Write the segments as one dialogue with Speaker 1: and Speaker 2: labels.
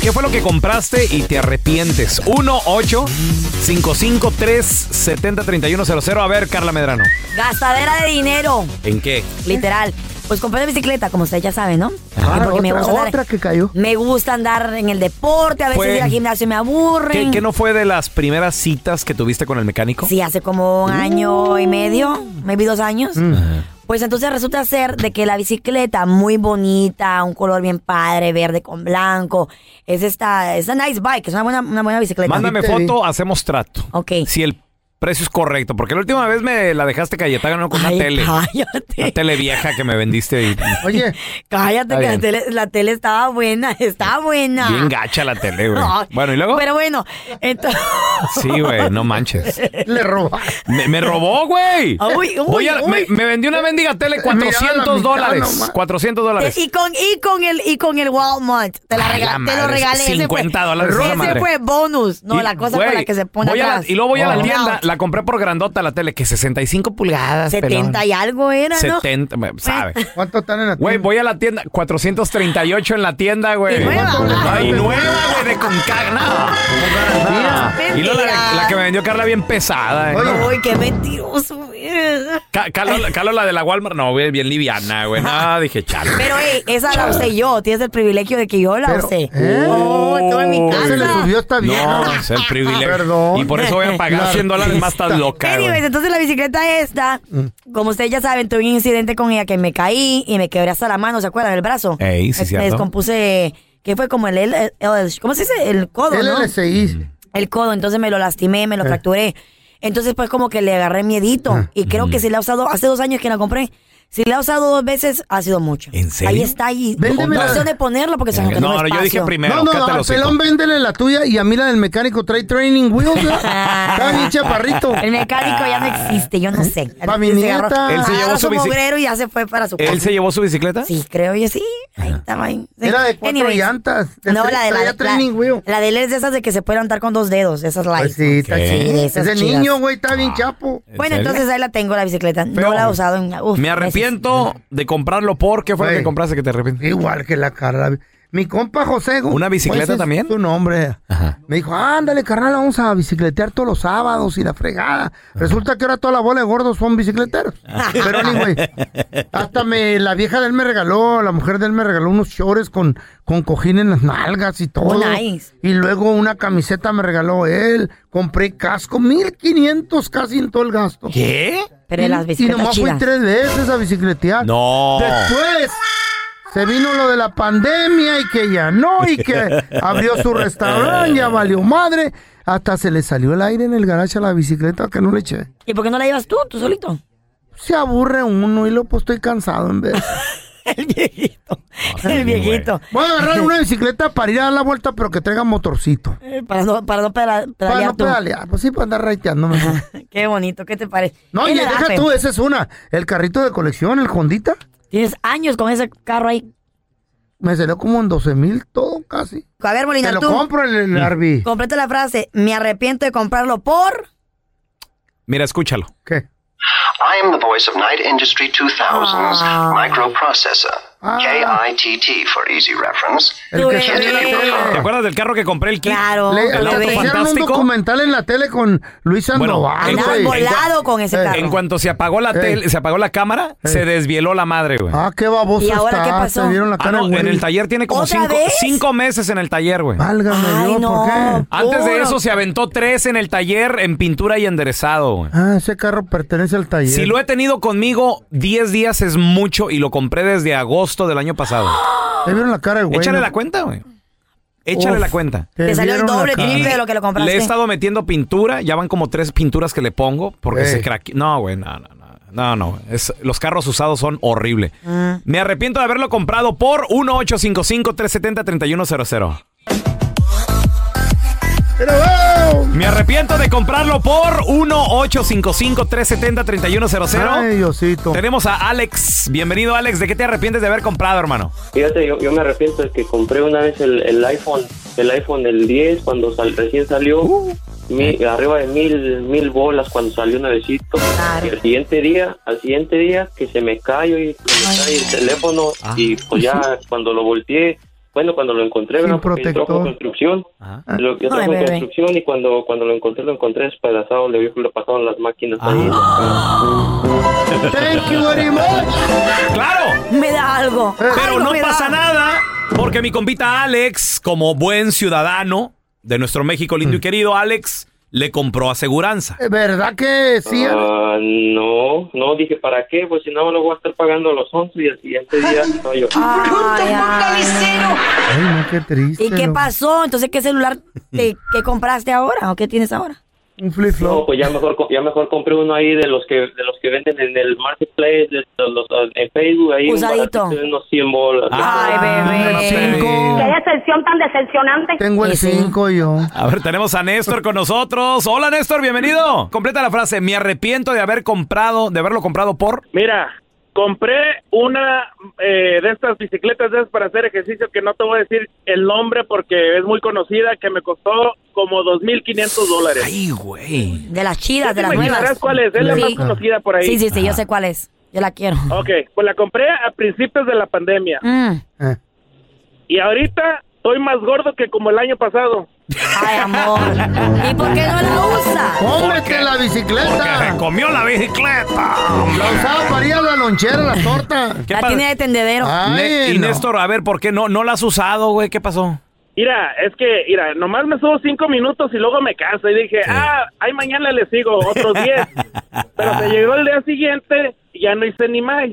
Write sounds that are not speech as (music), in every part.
Speaker 1: ¿Qué fue lo que compraste y te arrepientes? 1 8 553 70 A ver, Carla Medrano.
Speaker 2: Gastadera de dinero,
Speaker 1: ¿En qué?
Speaker 2: literal. Pues compré bicicleta, como ustedes ya saben, ¿no?
Speaker 3: Ah,
Speaker 2: Y porque me
Speaker 3: otra,
Speaker 2: gusta andar-
Speaker 3: otra que cayó. Pues,
Speaker 2: Me gusta andar en el deporte, a veces
Speaker 1: Fue-
Speaker 2: ir al gimnasio me
Speaker 1: ¿Qué,
Speaker 2: aburren.
Speaker 1: qué no fue de las primeras citas que tuviste con el mecánico?
Speaker 2: Sí, hace como un año y medio, maybe dos años.
Speaker 1: Mm.
Speaker 2: Pues entonces resulta ser de que la bicicleta muy bonita, un color bien padre, verde con blanco, es esta, es una nice bike, es una buena, una buena bicicleta.
Speaker 1: Mándame
Speaker 3: sí te vi.
Speaker 1: foto, hacemos trato.
Speaker 2: Ok.
Speaker 1: Si el precio es correcto, porque la última vez me la dejaste Cayetano con
Speaker 2: Ay,
Speaker 1: una tele. Una
Speaker 2: cállate,
Speaker 1: tele vieja que me vendiste
Speaker 2: (laughs)
Speaker 1: y
Speaker 3: Oye,
Speaker 2: cállate,
Speaker 1: Está
Speaker 2: que la
Speaker 1: bien.
Speaker 2: tele, la tele estaba buena, estaba buena.
Speaker 1: bien gacha la tele, güey.
Speaker 2: Ay,
Speaker 1: Bueno, ¿y luego?
Speaker 2: Pero bueno, entonces...
Speaker 1: Sí, güey, no manches.
Speaker 3: le roba.
Speaker 1: Me, me robó, güey.
Speaker 2: Uy, uy,
Speaker 1: Voy a- Me,
Speaker 2: uy.
Speaker 1: me vendió una mendiga tele
Speaker 3: Mira, la
Speaker 1: 400
Speaker 3: mitad
Speaker 1: dólares.
Speaker 3: nomás.
Speaker 1: 400 dólares.
Speaker 2: Y con, y con el y con el Walmart. Te, la
Speaker 1: Ay,
Speaker 2: rega-
Speaker 1: la
Speaker 2: te lo
Speaker 1: madre,
Speaker 2: regalé. ese
Speaker 1: 50
Speaker 2: fue-
Speaker 1: dólares esa
Speaker 2: Ese
Speaker 1: madre.
Speaker 2: fue bonus. No,
Speaker 1: Y,
Speaker 2: la cosa
Speaker 1: güey,
Speaker 2: con la que se pone
Speaker 1: voy a la-
Speaker 2: atrás. Oh,
Speaker 1: y luego voy a la
Speaker 2: Wow.
Speaker 1: tienda, la compré por grandota la tele, que 65 pulgadas.
Speaker 2: 70
Speaker 1: pelón.
Speaker 2: y algo era, ¿no?
Speaker 1: 70, me- sabe.
Speaker 3: ¿Cuánto están en la
Speaker 1: Güey,
Speaker 3: tienda?
Speaker 1: voy a la tienda, 438 en la tienda, güey.
Speaker 2: Y nueva.
Speaker 1: Ay, nueva, güey, de con caga, no.
Speaker 2: garantía.
Speaker 1: Y luego la, la que me vendió Carla bien pesada, eh.
Speaker 3: Oye,
Speaker 2: Uy, qué mentiroso. eh.
Speaker 1: Ca- Calo, Calo, la de la Walmart, no, güey, bien liviana, güey. No, dije, chale.
Speaker 2: Pero, ey, esa la usé yo. Tienes el privilegio de que yo la
Speaker 3: Pero,
Speaker 2: usé.
Speaker 3: ¿eh?
Speaker 2: Oh, estuve en mi
Speaker 1: Oh,
Speaker 3: Se le
Speaker 2: casa.
Speaker 3: subió esta vieja.
Speaker 1: No, es el privilegio.
Speaker 3: Perdón.
Speaker 1: Y por eso voy a pagar
Speaker 3: La
Speaker 1: 100 dólares más,
Speaker 3: artista.
Speaker 1: estás loca, güey.
Speaker 2: Anyways, entonces la bicicleta esta,
Speaker 3: Mm.
Speaker 2: como ustedes ya saben, tuve un incidente con ella que me caí y me quebré hasta la mano, ¿se acuerdan? El brazo.
Speaker 1: Ey, sí,
Speaker 2: me,
Speaker 1: cierto.
Speaker 2: me descompuse, que fue como el, el, el- ¿cómo se dice? El codo, ¿no?
Speaker 3: LLCI.
Speaker 2: el codo, entonces me lo lastimé,
Speaker 3: Eh.
Speaker 2: me lo fracturé. Entonces, pues como que le agarré miedito.
Speaker 3: Ah.
Speaker 2: Y creo
Speaker 3: Mm.
Speaker 2: que si la he usado, hace dos años que la compré. Si la he usado dos veces, ha sido mucho.
Speaker 1: ¿En serio?
Speaker 2: Ahí está, ahí.
Speaker 3: Véndemela.
Speaker 2: No sé dónde ponerlo porque se me
Speaker 1: No,
Speaker 2: quedó
Speaker 1: no, yo
Speaker 2: espacio.
Speaker 1: dije primero,
Speaker 3: No, no, no,
Speaker 1: cállate
Speaker 3: al
Speaker 1: los hocico.
Speaker 3: pelón véndele la tuya y a mí la del mecánico trae training wheels. ¿no?
Speaker 2: (laughs)
Speaker 3: Está bien chaparrito. Ah.
Speaker 2: El mecánico ya no existe, yo no sé.
Speaker 3: Pa' mi
Speaker 2: Se
Speaker 3: nieta.
Speaker 2: agarró-
Speaker 1: Él se llevó
Speaker 2: agarró
Speaker 1: su bici-
Speaker 2: mugrero y ya se fue para su casa.
Speaker 1: ¿Él se llevó su bicicleta?
Speaker 2: Sí, creo yo sí. Ahí estaba. ahí. Sí.
Speaker 3: Ah. Era de cuatro llantas. De
Speaker 2: no,
Speaker 3: tres-
Speaker 2: la de la,
Speaker 3: traía training wheel.
Speaker 2: la, la de él es de esas de que se puede andar con dos dedos, esas
Speaker 3: Pues
Speaker 2: light.
Speaker 3: sí, está
Speaker 1: Ok.
Speaker 3: chido.
Speaker 2: Sí,
Speaker 3: Es
Speaker 2: esas
Speaker 3: de
Speaker 2: chidas.
Speaker 3: niño, güey, está
Speaker 1: Ah,
Speaker 3: bien chapo.
Speaker 1: ¿En
Speaker 2: Bueno,
Speaker 1: serio?
Speaker 2: entonces ahí la tengo la bicicleta.
Speaker 1: Feo.
Speaker 2: no la he usado en uf,
Speaker 1: Me
Speaker 2: meses.
Speaker 1: arrepiento de comprarlo por. ¿Qué fue lo que
Speaker 3: Güey.
Speaker 1: compraste que te arrepientes?
Speaker 3: Igual que la cara. Mi compa José. güey,
Speaker 1: ¿Una bicicleta
Speaker 3: ese es
Speaker 1: también?
Speaker 3: Su nombre.
Speaker 1: Ajá.
Speaker 3: Me dijo, ándale, carnal, vamos a bicicletear todos los sábados y la fregada. Resulta que ahora toda la bola de gordos son
Speaker 1: (laughs)
Speaker 3: bicicleteros. Pero, anyway, hasta me, la vieja de él me regaló, la mujer de él me regaló unos shorts con, con cojín en las nalgas y todo.
Speaker 2: Oh, nice.
Speaker 3: Y luego una camiseta me regaló él. Compré casco, 1500 casi en todo el gasto.
Speaker 1: ¿Qué?
Speaker 2: Pero de las
Speaker 3: Mm, Y- Y
Speaker 2: bicicletas
Speaker 3: nomás fui
Speaker 2: chidas.
Speaker 3: tres veces a bicicletear.
Speaker 1: No.
Speaker 3: Después se vino lo de la pandemia y que ya no, y que abrió su restaurante, ya valió madre. Hasta se le salió el aire en el garaje a la bicicleta que no le eché.
Speaker 2: ¿Y por qué no la llevas tú, tú solito?
Speaker 3: Se aburre uno y lo pues estoy cansado en vez.
Speaker 2: El viejito. el viejito.
Speaker 3: Voy a agarrar una bicicleta para ir a dar la vuelta, pero que traiga motorcito.
Speaker 2: Eh, Para no, para no peda-
Speaker 3: Para
Speaker 2: pedalear
Speaker 3: no
Speaker 2: tú.
Speaker 3: pedalear, pues sí, para andar raiteando. mejor.
Speaker 2: (laughs) Qué bonito, ¿qué te parece?
Speaker 3: No,
Speaker 2: ¿Qué
Speaker 3: y
Speaker 2: le das,
Speaker 3: deja
Speaker 2: Fe?
Speaker 3: tú, esa es una. El carrito de colección, el Hondita.
Speaker 2: Tienes años con ese carro ahí.
Speaker 3: Me salió como en 12 mil todo casi.
Speaker 2: A ver, Molina,
Speaker 3: Te lo
Speaker 2: tú.
Speaker 3: compro el, el Arby.
Speaker 2: Completa la frase. Me arrepiento de comprarlo por.
Speaker 1: Mira, escúchalo.
Speaker 3: ¿Qué?
Speaker 4: I am the voice of Night Industry 2000's microprocessor, KITT for easy reference.
Speaker 3: El que
Speaker 2: Tú
Speaker 3: salió en la
Speaker 2: eres.
Speaker 3: tele.
Speaker 1: ¿Te acuerdas del carro que compré el kit?
Speaker 2: Claro.
Speaker 3: Le,
Speaker 2: el
Speaker 3: le
Speaker 1: auto
Speaker 2: bebé.
Speaker 3: pusieron
Speaker 1: fantástico.
Speaker 3: un documental en la tele con Luis
Speaker 1: Bueno,
Speaker 3: Sandoval.
Speaker 1: andaba
Speaker 3: güey.
Speaker 2: volado con ese
Speaker 3: Eh,
Speaker 2: carro.
Speaker 1: En cuanto se apagó la
Speaker 3: Ey.
Speaker 1: tele, se apagó la cámara,
Speaker 3: Ey.
Speaker 1: se desvieló la madre, güey.
Speaker 3: Ah, qué baboso
Speaker 2: ¿Y ahora
Speaker 3: está.
Speaker 2: qué pasó?
Speaker 3: Te dieron la
Speaker 1: Ah,
Speaker 3: cara,
Speaker 1: no,
Speaker 3: güey.
Speaker 1: en el taller tiene como
Speaker 2: ¿Otra
Speaker 1: cinco,
Speaker 2: vez?
Speaker 1: cinco meses en el taller, güey.
Speaker 3: Válgame
Speaker 2: Ay,
Speaker 3: Dios,
Speaker 2: no.
Speaker 3: ¿por qué?
Speaker 1: Antes de
Speaker 2: puro.
Speaker 1: eso se aventó tres en el taller en pintura y enderezado, güey.
Speaker 3: Ah, ese carro pertenece al taller.
Speaker 1: Si lo he tenido conmigo 10 días es mucho y lo compré desde agosto del año pasado.
Speaker 3: Te vieron la cara, de güey.
Speaker 1: Échale
Speaker 3: ¿no?
Speaker 1: la cuenta, güey. Échale
Speaker 3: Uf.
Speaker 1: la cuenta.
Speaker 3: Te
Speaker 2: Te salió el
Speaker 3: vieron la
Speaker 2: doble,
Speaker 3: cara.
Speaker 2: triple de lo que lo compraste.
Speaker 1: Le he estado metiendo pintura, ya van como tres pinturas que le pongo porque
Speaker 3: Güey.
Speaker 1: se craque... No, güey, no, no, no. No, no, es- los carros usados son horribles. Me arrepiento de haberlo comprado por 1855-370-3100.
Speaker 3: Pero, wow.
Speaker 1: Me arrepiento de comprarlo por 1855-370-3100.
Speaker 3: Ay, Diosito.
Speaker 1: Tenemos a Alex. Bienvenido, Alex. ¿De qué te arrepientes de haber comprado, hermano?
Speaker 5: Fíjate, yo, yo me arrepiento de que compré una vez el, el iPhone, el iPhone el 10 cuando sal- recién salió,
Speaker 2: Uh.
Speaker 5: mi- arriba de mil, mil bolas cuando salió nuevecito.
Speaker 2: Claro.
Speaker 5: Y al siguiente día, al siguiente día que se me cayó y se me cae el teléfono
Speaker 1: Ah.
Speaker 5: y pues ya cuando lo volteé, bueno, cuando lo encontré,
Speaker 3: Sin
Speaker 5: ¿verdad? Porque entró con
Speaker 3: protector.
Speaker 5: construcción,
Speaker 1: Ajá.
Speaker 5: lo, yo
Speaker 2: Ay,
Speaker 5: entró con
Speaker 2: bebé.
Speaker 5: construcción y cuando, cuando lo encontré, lo encontré despedazado, le, vi- le pasaron las máquinas ahí.
Speaker 3: Thank you very much.
Speaker 1: ¡Claro!
Speaker 2: Me da algo.
Speaker 1: Pero
Speaker 2: Algo
Speaker 1: no
Speaker 2: me da.
Speaker 1: pasa nada porque mi compita Alex, como buen ciudadano de nuestro México lindo y querido, Alex le compró aseguranza.
Speaker 3: Eh, ¿Verdad que sí? Alex?
Speaker 5: Ah, no, no, dije, ¿para qué? Pues si no, lo voy a estar pagando a los 11 y al siguiente
Speaker 2: Ah.
Speaker 5: día estaba yo.
Speaker 2: Ay, ay.
Speaker 3: Ay, no, qué triste.
Speaker 2: ¿Y qué
Speaker 3: loco.
Speaker 2: pasó? Entonces, ¿qué celular
Speaker 3: (laughs)
Speaker 2: te, que compraste ahora o qué tienes ahora?
Speaker 3: Un flip
Speaker 5: No,
Speaker 3: flop.
Speaker 5: pues ya mejor, co- ya mejor compré uno ahí de los que de los que venden en el marketplace, de los- los- en Facebook, ahí un
Speaker 2: Usadito. Ah.
Speaker 5: baratito de unos 100 bolas.
Speaker 1: Ah,
Speaker 2: Ay, bebé.
Speaker 1: Cinco.
Speaker 6: Qué decepción tan decepcionante.
Speaker 3: Tengo el
Speaker 2: Sí, sí.
Speaker 3: 5 yo.
Speaker 1: A ver, tenemos a Néstor con nosotros. Hola, Néstor, bienvenido. Completa la frase. Me arrepiento de haber comprado, de haberlo comprado por.
Speaker 7: Mira, compré una eh, de estas bicicletas de esas para hacer ejercicio que no te voy a decir el nombre porque es muy conocida, que me costó como 2.500 dólares.
Speaker 1: Ay, güey.
Speaker 2: De las chidas, de
Speaker 7: ¿Ya te
Speaker 2: las nuevas.
Speaker 7: imaginarás cuál es? Es la
Speaker 2: Sí.
Speaker 7: más conocida por ahí.
Speaker 2: Sí, sí, sí, yo sé cuál es. Yo la quiero.
Speaker 7: Ok, pues la compré a principios de la pandemia
Speaker 2: Mm.
Speaker 3: Eh.
Speaker 7: y ahorita estoy más gordo que como el año pasado.
Speaker 3: (laughs)
Speaker 2: Ay, amor. ¿Y por qué no la usa?
Speaker 3: ¡Cómete la
Speaker 1: Porque
Speaker 3: bicicleta!
Speaker 1: se (laughs) comió la bicicleta. hombre.
Speaker 3: La usaba para ir a la lonchera, la torta.
Speaker 1: ¿Qué
Speaker 2: La
Speaker 1: pa-
Speaker 2: tiene de tendedero.
Speaker 3: Ay,
Speaker 1: Ne- y
Speaker 3: no.
Speaker 1: Néstor, a ver, ¿por qué no, no la has usado, güey? ¿Qué pasó?
Speaker 7: Mira, es que, mira, nomás me subo cinco minutos y luego me canso. Y dije, ah, ahí mañana le sigo otros diez. Pero se llegó el día siguiente y ya no hice ni más.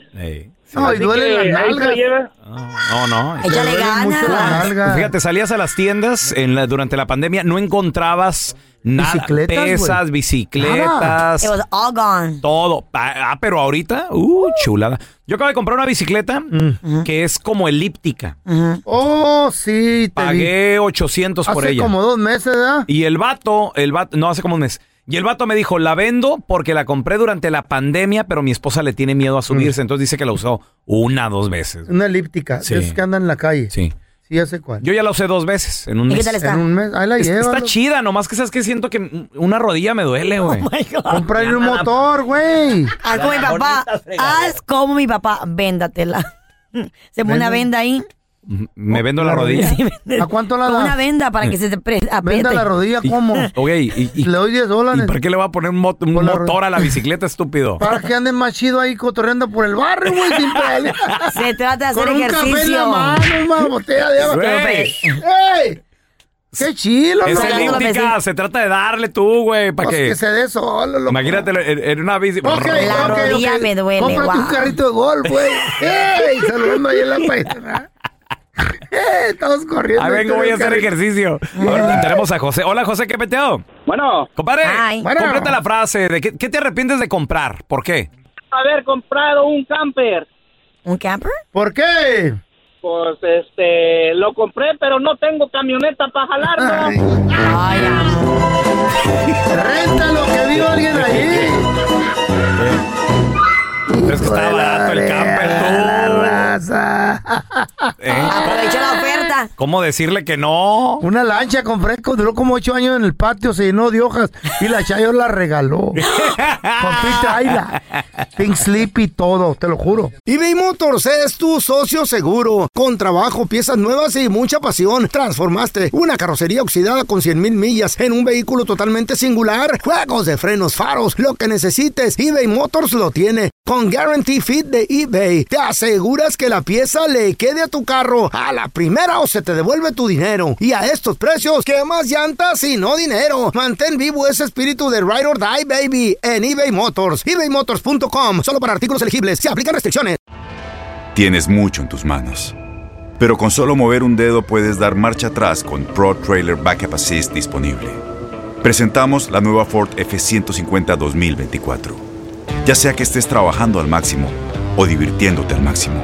Speaker 3: No, y
Speaker 7: Así
Speaker 3: duele
Speaker 7: que
Speaker 3: la
Speaker 7: ahí se
Speaker 3: nalga.
Speaker 7: lleva.
Speaker 1: No, no. no.
Speaker 2: Échale
Speaker 3: Duele mucho la
Speaker 2: ganas.
Speaker 3: nalga.
Speaker 1: Pues Fíjate, salías a las tiendas en la- durante la pandemia, no encontrabas nada.
Speaker 3: Bicicletas, güey.
Speaker 1: Pesas, bicicletas,
Speaker 2: It was all gone.
Speaker 1: todo. Ah, ah, pero ahorita, uh, chulada. Yo acabo de comprar una bicicleta
Speaker 3: Mm.
Speaker 1: que es como elíptica.
Speaker 3: Oh, sí, te Mm, vi.
Speaker 1: Pagué 800 por
Speaker 3: Hace
Speaker 1: ella.
Speaker 3: como dos meses, ¿verdad?
Speaker 1: Y el vato, el vato, no, hace como un mes. Y el vato me dijo, la vendo porque la compré durante la pandemia, pero mi esposa le tiene miedo a
Speaker 3: Mm.
Speaker 1: subirse. Entonces dice que la usó una, dos veces.
Speaker 3: Una elíptica.
Speaker 1: Sí.
Speaker 3: de esas que andan en la calle. Sí.
Speaker 1: Sí.
Speaker 3: Sí, hace cuál.
Speaker 1: Yo ya la usé dos veces en un
Speaker 2: ¿Y qué
Speaker 1: mes.
Speaker 2: tal está?
Speaker 3: En un mes. Ahí la
Speaker 1: Es-
Speaker 3: lleva.
Speaker 1: Está chida, nomás que sabes que siento que m- una rodilla me duele, güey.
Speaker 3: Oh
Speaker 2: (laughs)
Speaker 3: Comprarle un motor, güey.
Speaker 2: Haz como mi papá. Haz como mi papá. Véndatela. (laughs) Se pone una venda ahí.
Speaker 1: me vendo la rodilla.
Speaker 3: ¿A cuánto la
Speaker 2: Con una
Speaker 3: da? Mm.
Speaker 2: venda para que se te pre-
Speaker 3: Venda
Speaker 2: apriete.
Speaker 3: la rodilla, (laughs)
Speaker 1: (laughs)
Speaker 3: ¿cómo?
Speaker 1: Ok, ¿y, y,
Speaker 3: Le doy 10
Speaker 1: ¿y
Speaker 3: dólares.
Speaker 1: para qué le va a poner un, mot- un
Speaker 3: Por la
Speaker 1: motor a la bicicleta, estúpido?
Speaker 3: Para que anden más chido ahí cotorreando por el barrio, güey, sin pedalear.
Speaker 2: (laughs) Se trata de hacer
Speaker 3: Con un café en la
Speaker 2: ejercicio.
Speaker 3: mano, una botella de agua.
Speaker 1: Güey.
Speaker 3: ¡Ey! ¡Qué chilo,
Speaker 1: Es
Speaker 3: loco!
Speaker 2: Sacando la
Speaker 1: elíptica,
Speaker 2: vecina.
Speaker 1: se trata de darle tú, güey, para
Speaker 3: Pues
Speaker 1: que...
Speaker 3: que se dé solo, loco.
Speaker 1: Imagínate en, en una bici...
Speaker 3: Ok,
Speaker 2: La
Speaker 3: ok, ok.
Speaker 2: rodilla me duele,
Speaker 3: Cómprate un
Speaker 2: guau.
Speaker 3: carrito de golf,
Speaker 2: (laughs)
Speaker 3: güey. ¡Ey! Saludando ahí en la paisana. ¡Ey! Estamos corriendo.
Speaker 1: Ahí vengo, voy a hacer ejercicio. Ahora tenemos a José. Hola, José, ¿qué peteo?
Speaker 7: Bueno,
Speaker 1: Compadre,
Speaker 2: Ay.
Speaker 3: Bueno.
Speaker 1: completa la frase. ¿De qué, qué te arrepientes de comprar? ¿Por qué?
Speaker 7: haber comprado un camper.
Speaker 2: ¿Un camper?
Speaker 3: ¿Por qué?
Speaker 7: Pues, este, lo compré, pero no tengo camioneta para jalarlo.
Speaker 3: Ay,
Speaker 2: Ay, amor.
Speaker 3: renta lo que vio alguien allí.
Speaker 1: Pero es que estaba
Speaker 3: Hijo de la
Speaker 1: barato el
Speaker 3: verga,
Speaker 1: camper, tú. ¿eh?
Speaker 3: la raza.
Speaker 2: Aprovecho la oferta.
Speaker 1: ¿Cómo decirle que no?
Speaker 3: Una lancha con fresco duró como ocho años en el patio, se llenó de hojas y la Chayo la (laughs) regaló. con Peter Ayla. Pink Sleep y todo, te lo juro. eBay Motors es tu socio seguro. Con trabajo, piezas nuevas y mucha pasión, transformaste una carrocería oxidada con 100 mil millas en un vehículo totalmente singular. Juegos de frenos, faros, lo que necesites, eBay Motors lo tiene. (laughs) Con Guarantee Fit de eBay, te aseguras que la pieza le quede a tu carro a la primera o se te devuelve tu dinero. Y a estos precios, ¿qué más llantas y no dinero? Mantén vivo ese espíritu de Ride or Die, baby, en eBay Motors. ebaymotors.com, solo para artículos elegibles. Se aplican restricciones.
Speaker 8: Tienes mucho en tus manos. Pero con solo mover un dedo puedes dar marcha atrás con Pro Trailer Backup Assist disponible. Presentamos la nueva Ford F150 2024. Ya sea que estés trabajando al máximo o divirtiéndote al máximo,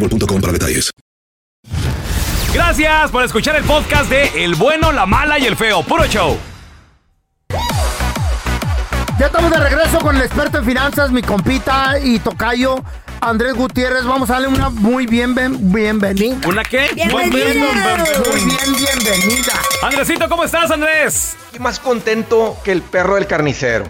Speaker 9: para detalles.
Speaker 1: Gracias por escuchar el podcast de El bueno, la mala y el feo. Puro show.
Speaker 3: Ya estamos de regreso con el experto en finanzas, mi compita y tocayo. Andrés Gutiérrez, vamos a darle una muy bien, bien- bienvenida.
Speaker 1: ¿Una qué? Pues
Speaker 2: Bienvenido.
Speaker 3: Muy bien, bienvenida.
Speaker 1: Andresito, ¿cómo estás, Andrés?
Speaker 10: Y más contento que el perro del carnicero.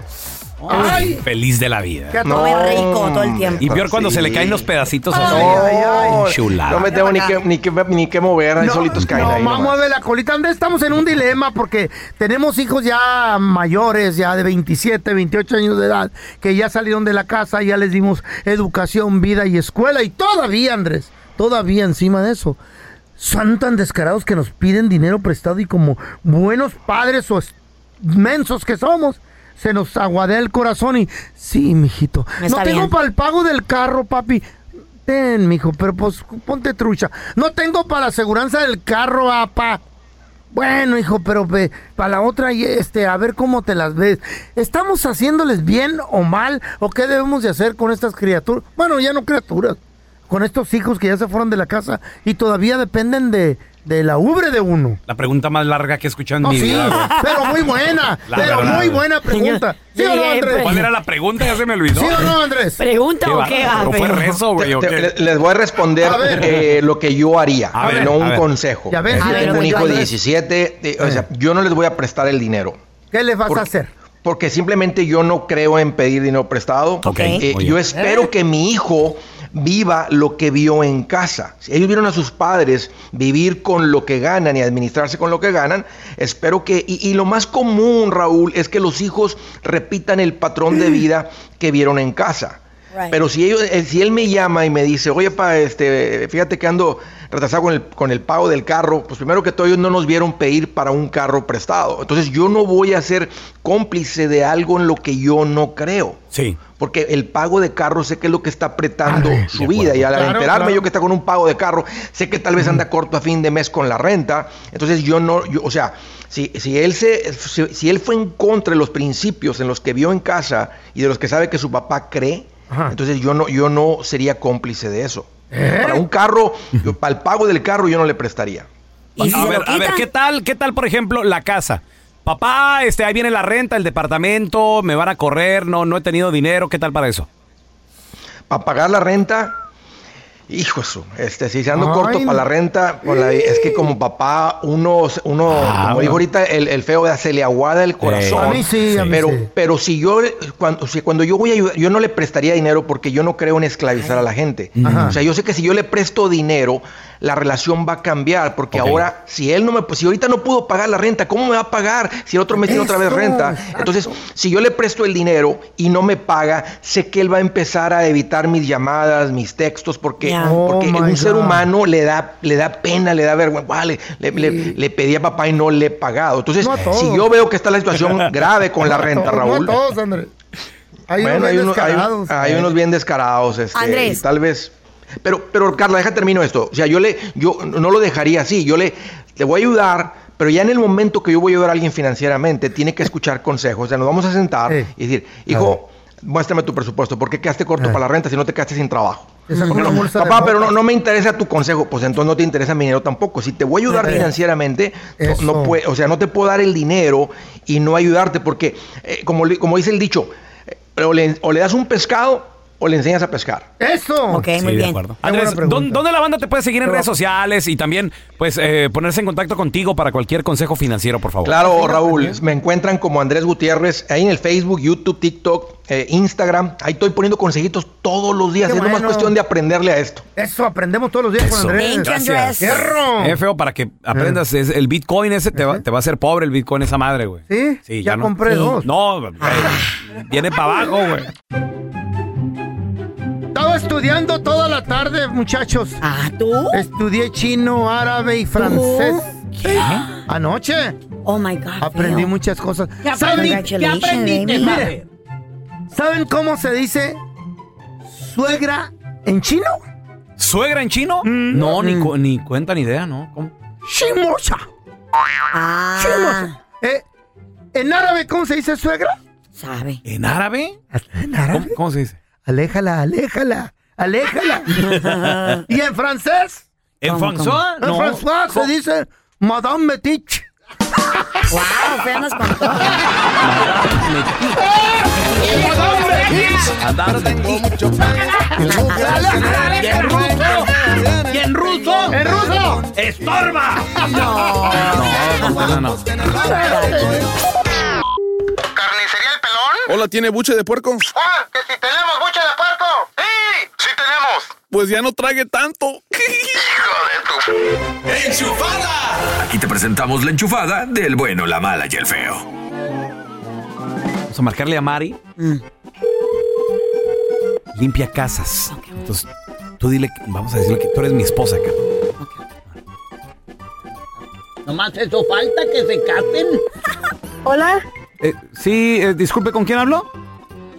Speaker 3: Ay,
Speaker 1: Feliz de la vida.
Speaker 3: qué
Speaker 2: Come rico todo el tiempo.
Speaker 1: Y peor cuando se le caen los pedacitos así.
Speaker 10: No,
Speaker 1: Chulada.
Speaker 10: no me tengo ni que, ni, que, ni que mover, ahí solitos caen
Speaker 3: no,
Speaker 10: ahí.
Speaker 3: vamos
Speaker 10: nomás.
Speaker 3: a ver la colita. Andrés, estamos en un dilema porque tenemos hijos ya mayores, ya de 27, 28 años de edad, que ya salieron de la casa, ya les dimos educación, vida y escuela. Y todavía, Andrés, todavía encima de eso, son tan descarados que nos piden dinero prestado y como buenos padres o es- mensos que somos. Se nos aguadea el corazón y sí, mijito.
Speaker 2: Está
Speaker 3: no tengo
Speaker 2: bien.
Speaker 3: para el pago del carro, papi. Ten, mijo, pero pues ponte trucha. No tengo para la aseguranza del carro, apa. Bueno, hijo, pero ve, para la otra, y este, a ver cómo te las ves. ¿Estamos haciéndoles bien o mal? ¿O qué debemos de hacer con estas criaturas? Bueno, ya no criaturas. Con estos hijos que ya se fueron de la casa y todavía dependen de, de la ubre de uno.
Speaker 1: La pregunta más larga que he escuchado en
Speaker 3: No,
Speaker 1: mi
Speaker 3: sí,
Speaker 1: vida. güey.
Speaker 3: pero muy buena,
Speaker 1: La
Speaker 3: pero
Speaker 1: verdad, pues.
Speaker 3: muy
Speaker 1: güey.
Speaker 3: buena pregunta. ¿Sí
Speaker 2: Señor,
Speaker 3: o no,
Speaker 2: sí,
Speaker 3: Andrés?
Speaker 1: ¿Cuál era la pregunta? Ya se me olvidó.
Speaker 3: ¿Sí o no, Andrés?
Speaker 2: ¿Pregunta
Speaker 1: Qué
Speaker 2: o
Speaker 1: bárbaro,
Speaker 2: qué?
Speaker 1: ¿O fue
Speaker 2: feo?
Speaker 1: rezo, güey?
Speaker 10: Te-
Speaker 1: ¿o
Speaker 10: te-
Speaker 1: qué?
Speaker 10: le- les voy a responder
Speaker 3: A ver.
Speaker 10: eh, lo que yo haría,
Speaker 1: A ver,
Speaker 10: no
Speaker 1: a
Speaker 10: un
Speaker 1: ver.
Speaker 10: consejo.
Speaker 3: Ya ves,
Speaker 10: Yo
Speaker 3: a ver,
Speaker 10: tengo un
Speaker 3: güey,
Speaker 10: hijo
Speaker 3: yo
Speaker 10: de
Speaker 3: ves.
Speaker 10: 17, eh, o sea, yo no les voy a prestar el dinero.
Speaker 3: ¿Qué les vas
Speaker 10: Por-
Speaker 3: a hacer?
Speaker 10: Porque simplemente yo no creo en pedir dinero prestado.
Speaker 2: Ok.
Speaker 10: Eh,
Speaker 1: Muy
Speaker 10: yo
Speaker 1: bien.
Speaker 10: espero que mi hijo viva lo que vio en casa. Si ellos vieron a sus padres vivir con lo que ganan y administrarse con lo que ganan, espero que... Y, y lo más común, Raúl, es que los hijos repitan el patrón de vida que vieron en casa.
Speaker 2: Right.
Speaker 10: Pero si, ellos, eh, si él me llama y me dice, oye, pa, este, fíjate que ando retrasado con el, con el pago del carro, pues primero que todo ellos no nos vieron pedir para un carro prestado. Entonces yo no voy a ser cómplice de algo en lo que yo no creo.
Speaker 1: Sí.
Speaker 10: Porque el pago de carro sé que es lo que está apretando
Speaker 3: Arre,
Speaker 10: su vida. Y al
Speaker 3: Claro,
Speaker 10: enterarme
Speaker 3: claro.
Speaker 10: yo que está con un pago de carro, sé que tal vez anda corto a fin de mes con la renta. Entonces yo no, yo, o sea, si, si él se, si, si él fue en contra de los principios en los que vio en casa y de los que sabe que su papá cree,
Speaker 3: Ajá.
Speaker 10: entonces yo no, yo no sería cómplice de eso. Para
Speaker 1: ¿Eh?
Speaker 3: ¿Eh?
Speaker 10: un carro, yo- para el pago del carro yo no le prestaría.
Speaker 2: ¿Y si
Speaker 1: a,
Speaker 2: se
Speaker 1: ver,
Speaker 2: lo
Speaker 1: a ver,
Speaker 2: quitan?
Speaker 1: ¿qué tal, qué tal, por ejemplo, la casa? Papá, este, ahí viene la renta, el departamento, me van a correr, no, no he tenido dinero, ¿qué tal para eso?
Speaker 10: para pagar la renta, hijo eso, este, si se ando
Speaker 3: Ay,
Speaker 10: corto
Speaker 3: no.
Speaker 10: para la renta, con la- es que como papá, uno, uno
Speaker 1: Ah,
Speaker 10: como
Speaker 1: bueno.
Speaker 10: dijo ahorita, el, el feo se le aguada el corazón.
Speaker 3: A mí sí, a mí
Speaker 10: Pero,
Speaker 3: sí.
Speaker 10: pero si yo, cuando, si cuando yo voy a ayudar, yo no le prestaría dinero porque yo no creo en esclavizar a la gente.
Speaker 3: Ajá.
Speaker 10: O sea, yo sé que si yo le presto dinero, la relación va a cambiar, porque
Speaker 11: Ok.
Speaker 10: ahora, si él no me, pues, si ahorita no pudo pagar la renta, ¿cómo me va a pagar si el otro me tiene otra vez
Speaker 11: Eso,
Speaker 10: renta? Entonces, si yo le presto el dinero y no me paga, sé que él va a empezar a evitar mis llamadas, mis textos, porque,
Speaker 11: Ya.
Speaker 10: porque
Speaker 11: Oh, my
Speaker 10: un ser
Speaker 11: God.
Speaker 10: humano le da, le da pena, le da vergüenza, "Guau, le, le- le- le pedí a papá y no le he pagado. Entonces,
Speaker 3: No a todos.
Speaker 10: si yo veo que está la situación
Speaker 3: (laughs)
Speaker 10: grave con la
Speaker 3: No a
Speaker 10: renta,
Speaker 3: todos,
Speaker 10: Raúl.
Speaker 3: No a todos, Andrés. Hay
Speaker 10: Bueno,
Speaker 3: unos bien
Speaker 10: uno- hay-
Speaker 3: descarados.
Speaker 10: hay unos bien descarados. este,
Speaker 3: Andrés.
Speaker 10: y Tal vez. Pero, pero Carla, deja termino esto. O sea, yo le, yo no lo dejaría así. Yo le, te voy a ayudar, pero ya en el momento que yo voy a ayudar a alguien financieramente, tiene que escuchar (laughs) consejos. O sea, nos vamos a sentar y decir, hijo, muéstrame tu presupuesto. ¿Por qué quedaste
Speaker 3: Eh.
Speaker 10: corto para la renta si no te quedaste sin trabajo?
Speaker 11: Exacto.
Speaker 10: Porque no,
Speaker 11: Una bolsa de
Speaker 10: papá, pero no,
Speaker 11: notas.
Speaker 10: no me interesa tu consejo. Pues entonces no te interesa mi dinero tampoco. Si te voy a ayudar
Speaker 11: Eh,
Speaker 10: financieramente, no- no,
Speaker 11: eso.
Speaker 10: puede- o sea, no te puedo dar el dinero y no ayudarte porque, eh, como, le- como dice el dicho, eh, o le, o le das un pescado o le enseñas a pescar.
Speaker 3: Eso.
Speaker 10: Ok,
Speaker 1: Sí, de acuerdo. Andrés, ¿dó- ¿dónde, la banda te puede seguir en redes sociales y también pues eh, ponerse en contacto contigo para cualquier consejo financiero, por favor?
Speaker 10: Claro, Raúl, me encuentran como Andrés Gutiérrez ahí en el Facebook, YouTube, TikTok, eh, Instagram. Ahí estoy poniendo consejitos todos los días.
Speaker 3: Qué
Speaker 10: es nomás
Speaker 3: bueno.
Speaker 10: cuestión de aprenderle a esto.
Speaker 3: Eso aprendemos todos los días
Speaker 1: Eso.
Speaker 3: con Andrés. ¡Fierro!
Speaker 1: Eh, feo, para que aprendas,
Speaker 2: Eh.
Speaker 1: es- el Bitcoin ese te va, te va a hacer pobre, el Bitcoin esa madre, güey.
Speaker 3: ¿Sí?
Speaker 1: Sí,
Speaker 3: ya,
Speaker 1: ya no-
Speaker 3: compré
Speaker 1: Sí.
Speaker 3: dos.
Speaker 1: No, güey, viene para abajo, güey.
Speaker 3: Estaba estudiando toda la tarde, muchachos.
Speaker 2: Ah, ¿tú?
Speaker 3: Estudié chino, árabe y francés.
Speaker 2: ¿Qué?
Speaker 3: Anoche.
Speaker 2: Oh my God.
Speaker 3: Aprendí
Speaker 2: feo.
Speaker 3: muchas cosas.
Speaker 2: ¿Qué
Speaker 3: ¿Saben,
Speaker 2: aprendiste? ¿Qué aprendiste,
Speaker 3: Miren,
Speaker 2: baby?
Speaker 3: ¿Saben cómo se dice suegra en chino?
Speaker 1: ¿Suegra en chino?
Speaker 11: Mm.
Speaker 1: No, ni, cu- ni cuenta ni idea, ¿no? ¿Cómo?
Speaker 3: Shimosa.
Speaker 2: Ah,
Speaker 3: Shimosa. Eh, ¿En árabe cómo se dice suegra?
Speaker 2: ¿Sabe?
Speaker 1: ¿En
Speaker 11: ¿Eh?
Speaker 1: árabe?
Speaker 3: ¿En árabe?
Speaker 1: ¿Cómo, cómo se dice?
Speaker 3: Aléjala, aléjala, aléjala. ¿Y en francés?
Speaker 1: ¿En ¿Cómo, francés? cómo?
Speaker 3: En
Speaker 1: No.
Speaker 3: francés se
Speaker 1: ¿Cómo?
Speaker 3: dice Madame Metich.
Speaker 2: Wow, feo
Speaker 1: (laughs)
Speaker 2: nos contó.
Speaker 11: ¿Y en ruso?
Speaker 3: ¡En ruso!
Speaker 11: ¡Estorba!
Speaker 1: No, no, no, no.
Speaker 12: Hola, ¿tiene buche de puerco?
Speaker 11: Ah, ¡Que si tenemos buche de puerco! ¡Sí! ¡Sí tenemos!
Speaker 12: Pues ya no trague tanto.
Speaker 13: Aquí te presentamos la enchufada del bueno, la mala y el feo.
Speaker 1: Vamos a marcarle a Mari.
Speaker 11: Mm.
Speaker 1: Limpia casas. Entonces, tú dile, que- vamos a decirle que tú eres mi esposa acá.
Speaker 11: Nomás eso falta que se
Speaker 14: (laughs)
Speaker 11: casen. Hola,
Speaker 1: Eh, sí, eh, disculpe, ¿con quién hablo?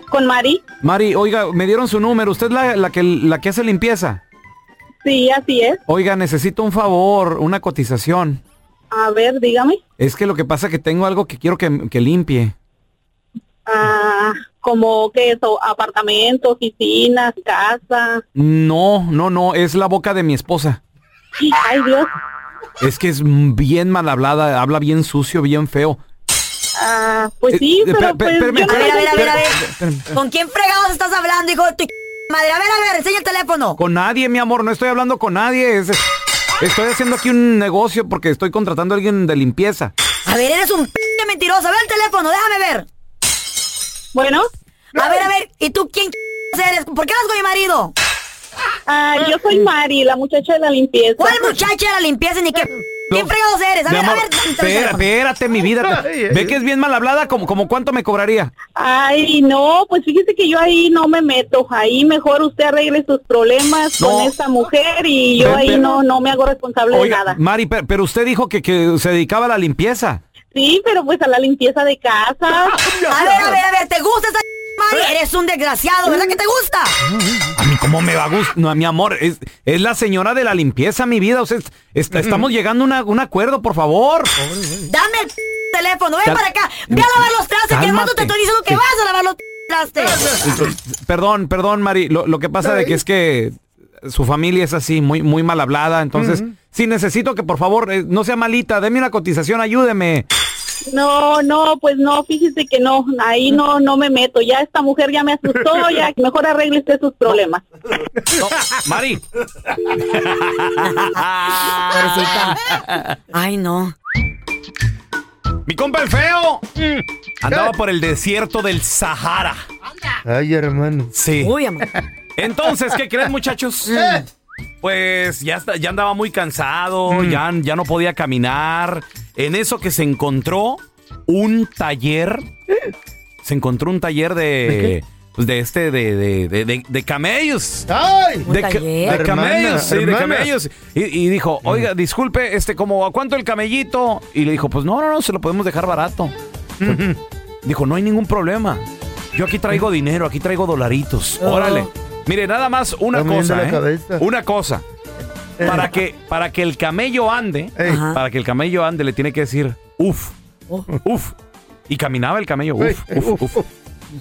Speaker 14: con Mari.
Speaker 1: Mari, oiga, me dieron su número. ¿Usted es la, la que, la que hace limpieza?
Speaker 14: Sí, así es.
Speaker 1: Oiga, necesito un favor, una cotización.
Speaker 14: A ver, dígame.
Speaker 1: Es que lo que pasa es que tengo algo que quiero que, que limpie.
Speaker 14: Ah, como que eso, apartamento, oficinas, casa.
Speaker 1: No, no, no, es la boca de mi esposa.
Speaker 14: Ay, Dios.
Speaker 1: Es que es mm, bien mal hablada, habla bien sucio, bien feo.
Speaker 14: Ah, pues sí,
Speaker 1: Eh, eh,
Speaker 14: pero
Speaker 1: per- per-
Speaker 14: pues yo no-
Speaker 1: permíteme,
Speaker 2: A ver, a ver, a ver, a ver.
Speaker 1: espérame, espérame.
Speaker 2: ¿Con quién fregados estás hablando, hijo de tu madre? A ver, a ver, enseña el teléfono.
Speaker 1: Con nadie, mi amor, no estoy hablando con nadie. es- estoy haciendo aquí un negocio porque estoy contratando a alguien de limpieza.
Speaker 2: A ver, eres un p de mentiroso. A ver el teléfono, déjame ver.
Speaker 14: Bueno.
Speaker 2: A ver, a ver, ¿y tú quién eres? ¿Por qué eres con mi marido?
Speaker 14: Ah, yo soy
Speaker 1: eh.
Speaker 14: Mari, la muchacha de la limpieza.
Speaker 2: ¿Cuál muchacha de la limpieza ni qué? ¿Quién fregados eres? A
Speaker 1: Mi
Speaker 2: ver,
Speaker 1: amor,
Speaker 2: a ver, dame el
Speaker 1: espera-
Speaker 2: teléfono.
Speaker 1: espérate, mi vida.
Speaker 2: (laughs) Ay,
Speaker 1: te-
Speaker 2: ay,
Speaker 1: Ve que es bien mal hablada, como, como cuánto me cobraría.
Speaker 14: Ay, no, pues fíjese que yo ahí no me meto. Ahí mejor usted arregle sus problemas con esta mujer y yo
Speaker 1: Ven,
Speaker 14: ahí
Speaker 1: ven.
Speaker 14: no, no me hago responsable de nada.
Speaker 1: Mari, per- pero, usted dijo que, que se dedicaba a la limpieza.
Speaker 14: Sí, pero pues a la limpieza de casa.
Speaker 2: A ver, a ver, a ver, ¿te gusta esa Mari? Eres un desgraciado, ¿verdad que te gusta?
Speaker 1: A mí, ¿cómo me va a gustar? No, mi amor, es, es la señora de la limpieza, mi vida. O sea, es- est- estamos llegando a una- un acuerdo, por favor.
Speaker 2: Dame el teléfono, ven
Speaker 1: Cal-
Speaker 2: para acá. Ve a lavar los trastes, que al rato te
Speaker 1: Cálmate.
Speaker 2: estoy diciendo que
Speaker 1: Sí.
Speaker 2: vas a lavar los trastes.
Speaker 1: Perdón, perdón, Mari. Lo, lo que pasa de que es que su familia es así, muy, muy mal hablada. Entonces, sí necesito que por favor eh, no sea malita. Deme una cotización, ayúdeme.
Speaker 14: No, no, pues no, fíjese que no, ahí no, no me meto. Ya esta mujer ya me asustó, ya mejor arregle usted sus problemas.
Speaker 1: Mari.
Speaker 2: Ay, no.
Speaker 1: Mi compa el feo andaba por el desierto del Sahara.
Speaker 3: Ay, hermano.
Speaker 1: Sí. Entonces, ¿qué creen, muchachos? Pues ya, está- ya andaba muy cansado, ya, ya no podía caminar. En eso que se encontró un taller. Se encontró un taller de. pues, de este, de, de, de, de- de camellos.
Speaker 3: ¡Ay!
Speaker 1: De, ca- de
Speaker 3: Hermana,
Speaker 1: camellos, sí, de
Speaker 3: hermana. Mm.
Speaker 1: camellos. Y, y dijo, oiga, disculpe, este, como, ¿a cuánto el camellito? Y le dijo, pues no, no, no, se lo podemos dejar barato. Dijo, no hay ningún problema. Yo aquí traigo dinero, aquí traigo dolaritos.
Speaker 3: Ah.
Speaker 1: Órale. Mire, nada más una
Speaker 3: Está moviendo
Speaker 1: cosa,
Speaker 3: la
Speaker 1: ¿eh?
Speaker 3: cabeza.
Speaker 1: Una cosa. Para que, para que el camello ande,
Speaker 3: Eh. Ajá.
Speaker 1: para que el camello ande, le tiene que decir, uf, uf. Y caminaba el camello, uf,
Speaker 3: Ey,
Speaker 1: uf, uf.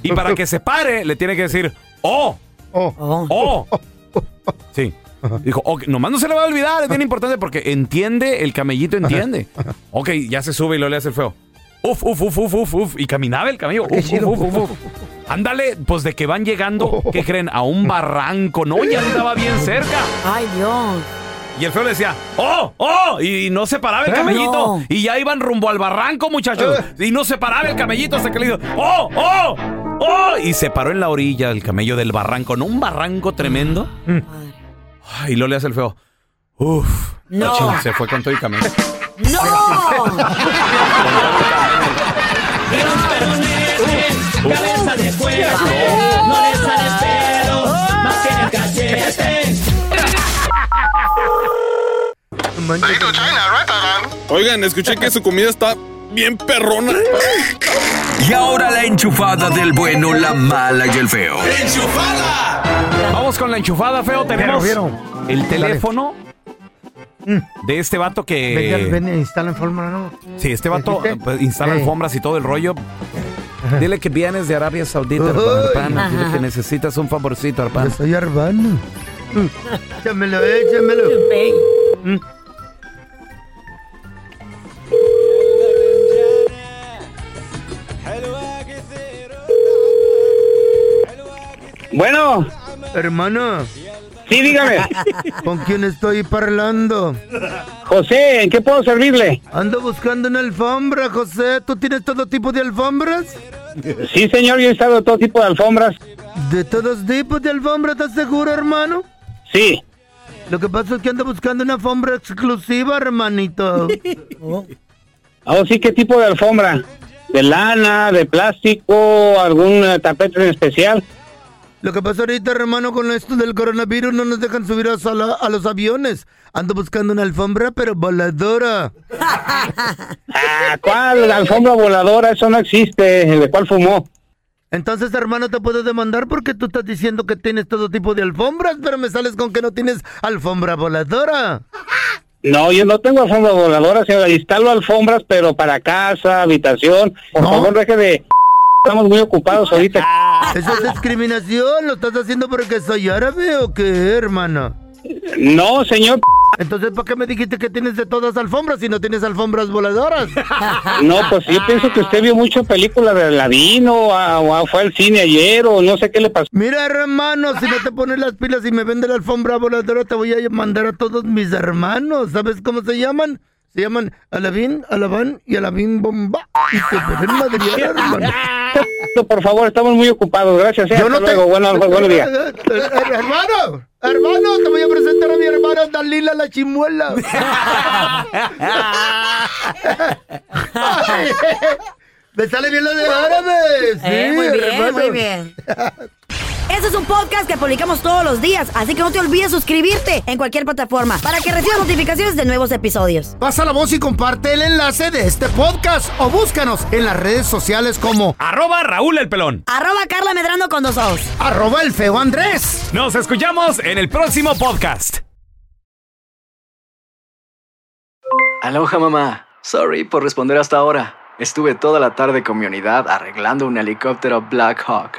Speaker 1: Y para que se pare, le tiene que decir, oh,
Speaker 3: oh,
Speaker 1: oh. Sí. Dijo, ok, nomás no se le va a olvidar, es bien importante porque entiende, el camellito entiende. Ok, ya se sube y lo le hace el feo. Uf, uf, uf, uf, uf, uf. Y caminaba el camello. Uf, uf, uf, uf, uf. Ándale, pues de que van llegando, ¿qué creen? A un barranco. No, ya andaba bien cerca.
Speaker 2: Ay, Dios.
Speaker 1: Y el feo le decía, ¡oh! ¡oh! Y no se paraba el
Speaker 2: ¿Eh?
Speaker 1: camellito.
Speaker 2: No. Eh.
Speaker 1: Y ya iban rumbo al barranco, muchachos. Y no se paraba el camellito hasta que le dijo, ¡oh! ¡oh! ¡oh! Y se paró en la orilla el camello del barranco, ¿no? Un barranco tremendo.
Speaker 2: Mm.
Speaker 1: Ay, Y lo le hace el feo. Uf.
Speaker 2: No.
Speaker 1: Chin, Se fue con todo y camello.
Speaker 2: (laughs)
Speaker 15: Cabeza de fuera, no le sales pedo, más que en el cachete.
Speaker 12: Oigan, escuché que su comida está bien perrona.
Speaker 13: Y ahora la enchufada del bueno, la mala y el feo.
Speaker 1: Vamos con la enchufada, feo. Tenemos
Speaker 3: vieron. Mm.
Speaker 1: el teléfono de este vato
Speaker 3: Ven,
Speaker 1: que.
Speaker 3: ven, instala en forma, ¿no?
Speaker 1: Sí, este vato
Speaker 3: ¿Dijiste?
Speaker 1: pues, instala
Speaker 3: Ey.
Speaker 1: alfombras y todo el rollo. Dile que vienes de Arabia Saudita,
Speaker 3: Uy.
Speaker 1: hermano, hermano. Dile
Speaker 3: Ajá.
Speaker 1: que necesitas un favorcito, hermano.
Speaker 3: Soy hermano. Mm, Échamelo, échamelo. Mm.
Speaker 16: Bueno.
Speaker 3: Hermano.
Speaker 16: Sí, dígame.
Speaker 3: ¿Con quién estoy parlando?
Speaker 16: José, ¿en qué puedo servirle?
Speaker 3: Ando buscando una alfombra, José. ¿Tú tienes todo tipo de alfombras?
Speaker 16: Sí, señor, yo he estado todo tipo de alfombras.
Speaker 3: ¿De todos tipos de alfombras, estás seguro, hermano?
Speaker 16: Sí.
Speaker 3: Lo que pasa es que ando buscando una alfombra exclusiva, hermanito.
Speaker 16: Oh, sí, ¿qué tipo de alfombra? ¿De lana, de plástico, algún eh, tapete en especial?
Speaker 3: Lo que pasa ahorita, hermano, con esto del coronavirus no nos dejan subir a, sala- a los aviones. Ando buscando una alfombra, pero voladora.
Speaker 16: Ah, ¿Cuál alfombra voladora? Eso no existe. ¿De cuál fumó?
Speaker 3: Entonces, hermano, te puedo demandar porque tú estás diciendo que tienes todo tipo de alfombras, pero me sales con que no tienes alfombra voladora.
Speaker 16: No, yo no tengo alfombra voladora, señora. Instalo alfombras, pero para casa, habitación. Por favor, deje de... (laughs) Estamos muy ocupados ahorita.
Speaker 3: (laughs) Eso es discriminación, lo estás haciendo porque soy árabe o qué, hermano.
Speaker 16: No, señor.
Speaker 3: Entonces, ¿para qué me dijiste que tienes de todas alfombras si no tienes alfombras voladoras?
Speaker 16: No, pues yo pienso que usted vio muchas películas de Aladino, o, a- o a- fue al cine ayer, o no sé qué le pasó.
Speaker 3: Mira, hermano, si no te pones las pilas y me vende la alfombra voladora, te voy a mandar a todos mis hermanos. ¿Sabes cómo se llaman? Se llaman Alabín, Alabán y Alabín Bomba. Y te pueden madrear,
Speaker 16: (laughs)
Speaker 3: hermano.
Speaker 16: Por favor, estamos muy ocupados. Gracias. eh, hasta luego.
Speaker 3: (laughs)
Speaker 16: Bueno, bu- buenos días.
Speaker 3: Eh, eh, Hermano, hermano, te voy a presentar a mi hermana Dalila la chimuela.
Speaker 16: (laughs)
Speaker 3: (laughs) Ay, eh. Me sale bien lo de árabe. Sí,
Speaker 2: Eh, muy bien,
Speaker 3: hermano.
Speaker 2: muy bien. (laughs) Este es un podcast que publicamos todos los días, así que no te olvides suscribirte en cualquier plataforma para que recibas notificaciones de nuevos episodios.
Speaker 3: Pasa la voz y comparte el enlace de este podcast o búscanos en las redes sociales como
Speaker 1: (laughs) Arroba Raúl el pelón.
Speaker 2: Arroba Carla Medrano con dos ojos.
Speaker 3: arroba el feo Andrés.
Speaker 1: Nos escuchamos en el próximo podcast.
Speaker 17: Aloha mamá. Sorry por responder hasta ahora. Estuve toda la tarde con mi unidad arreglando un helicóptero Black Hawk.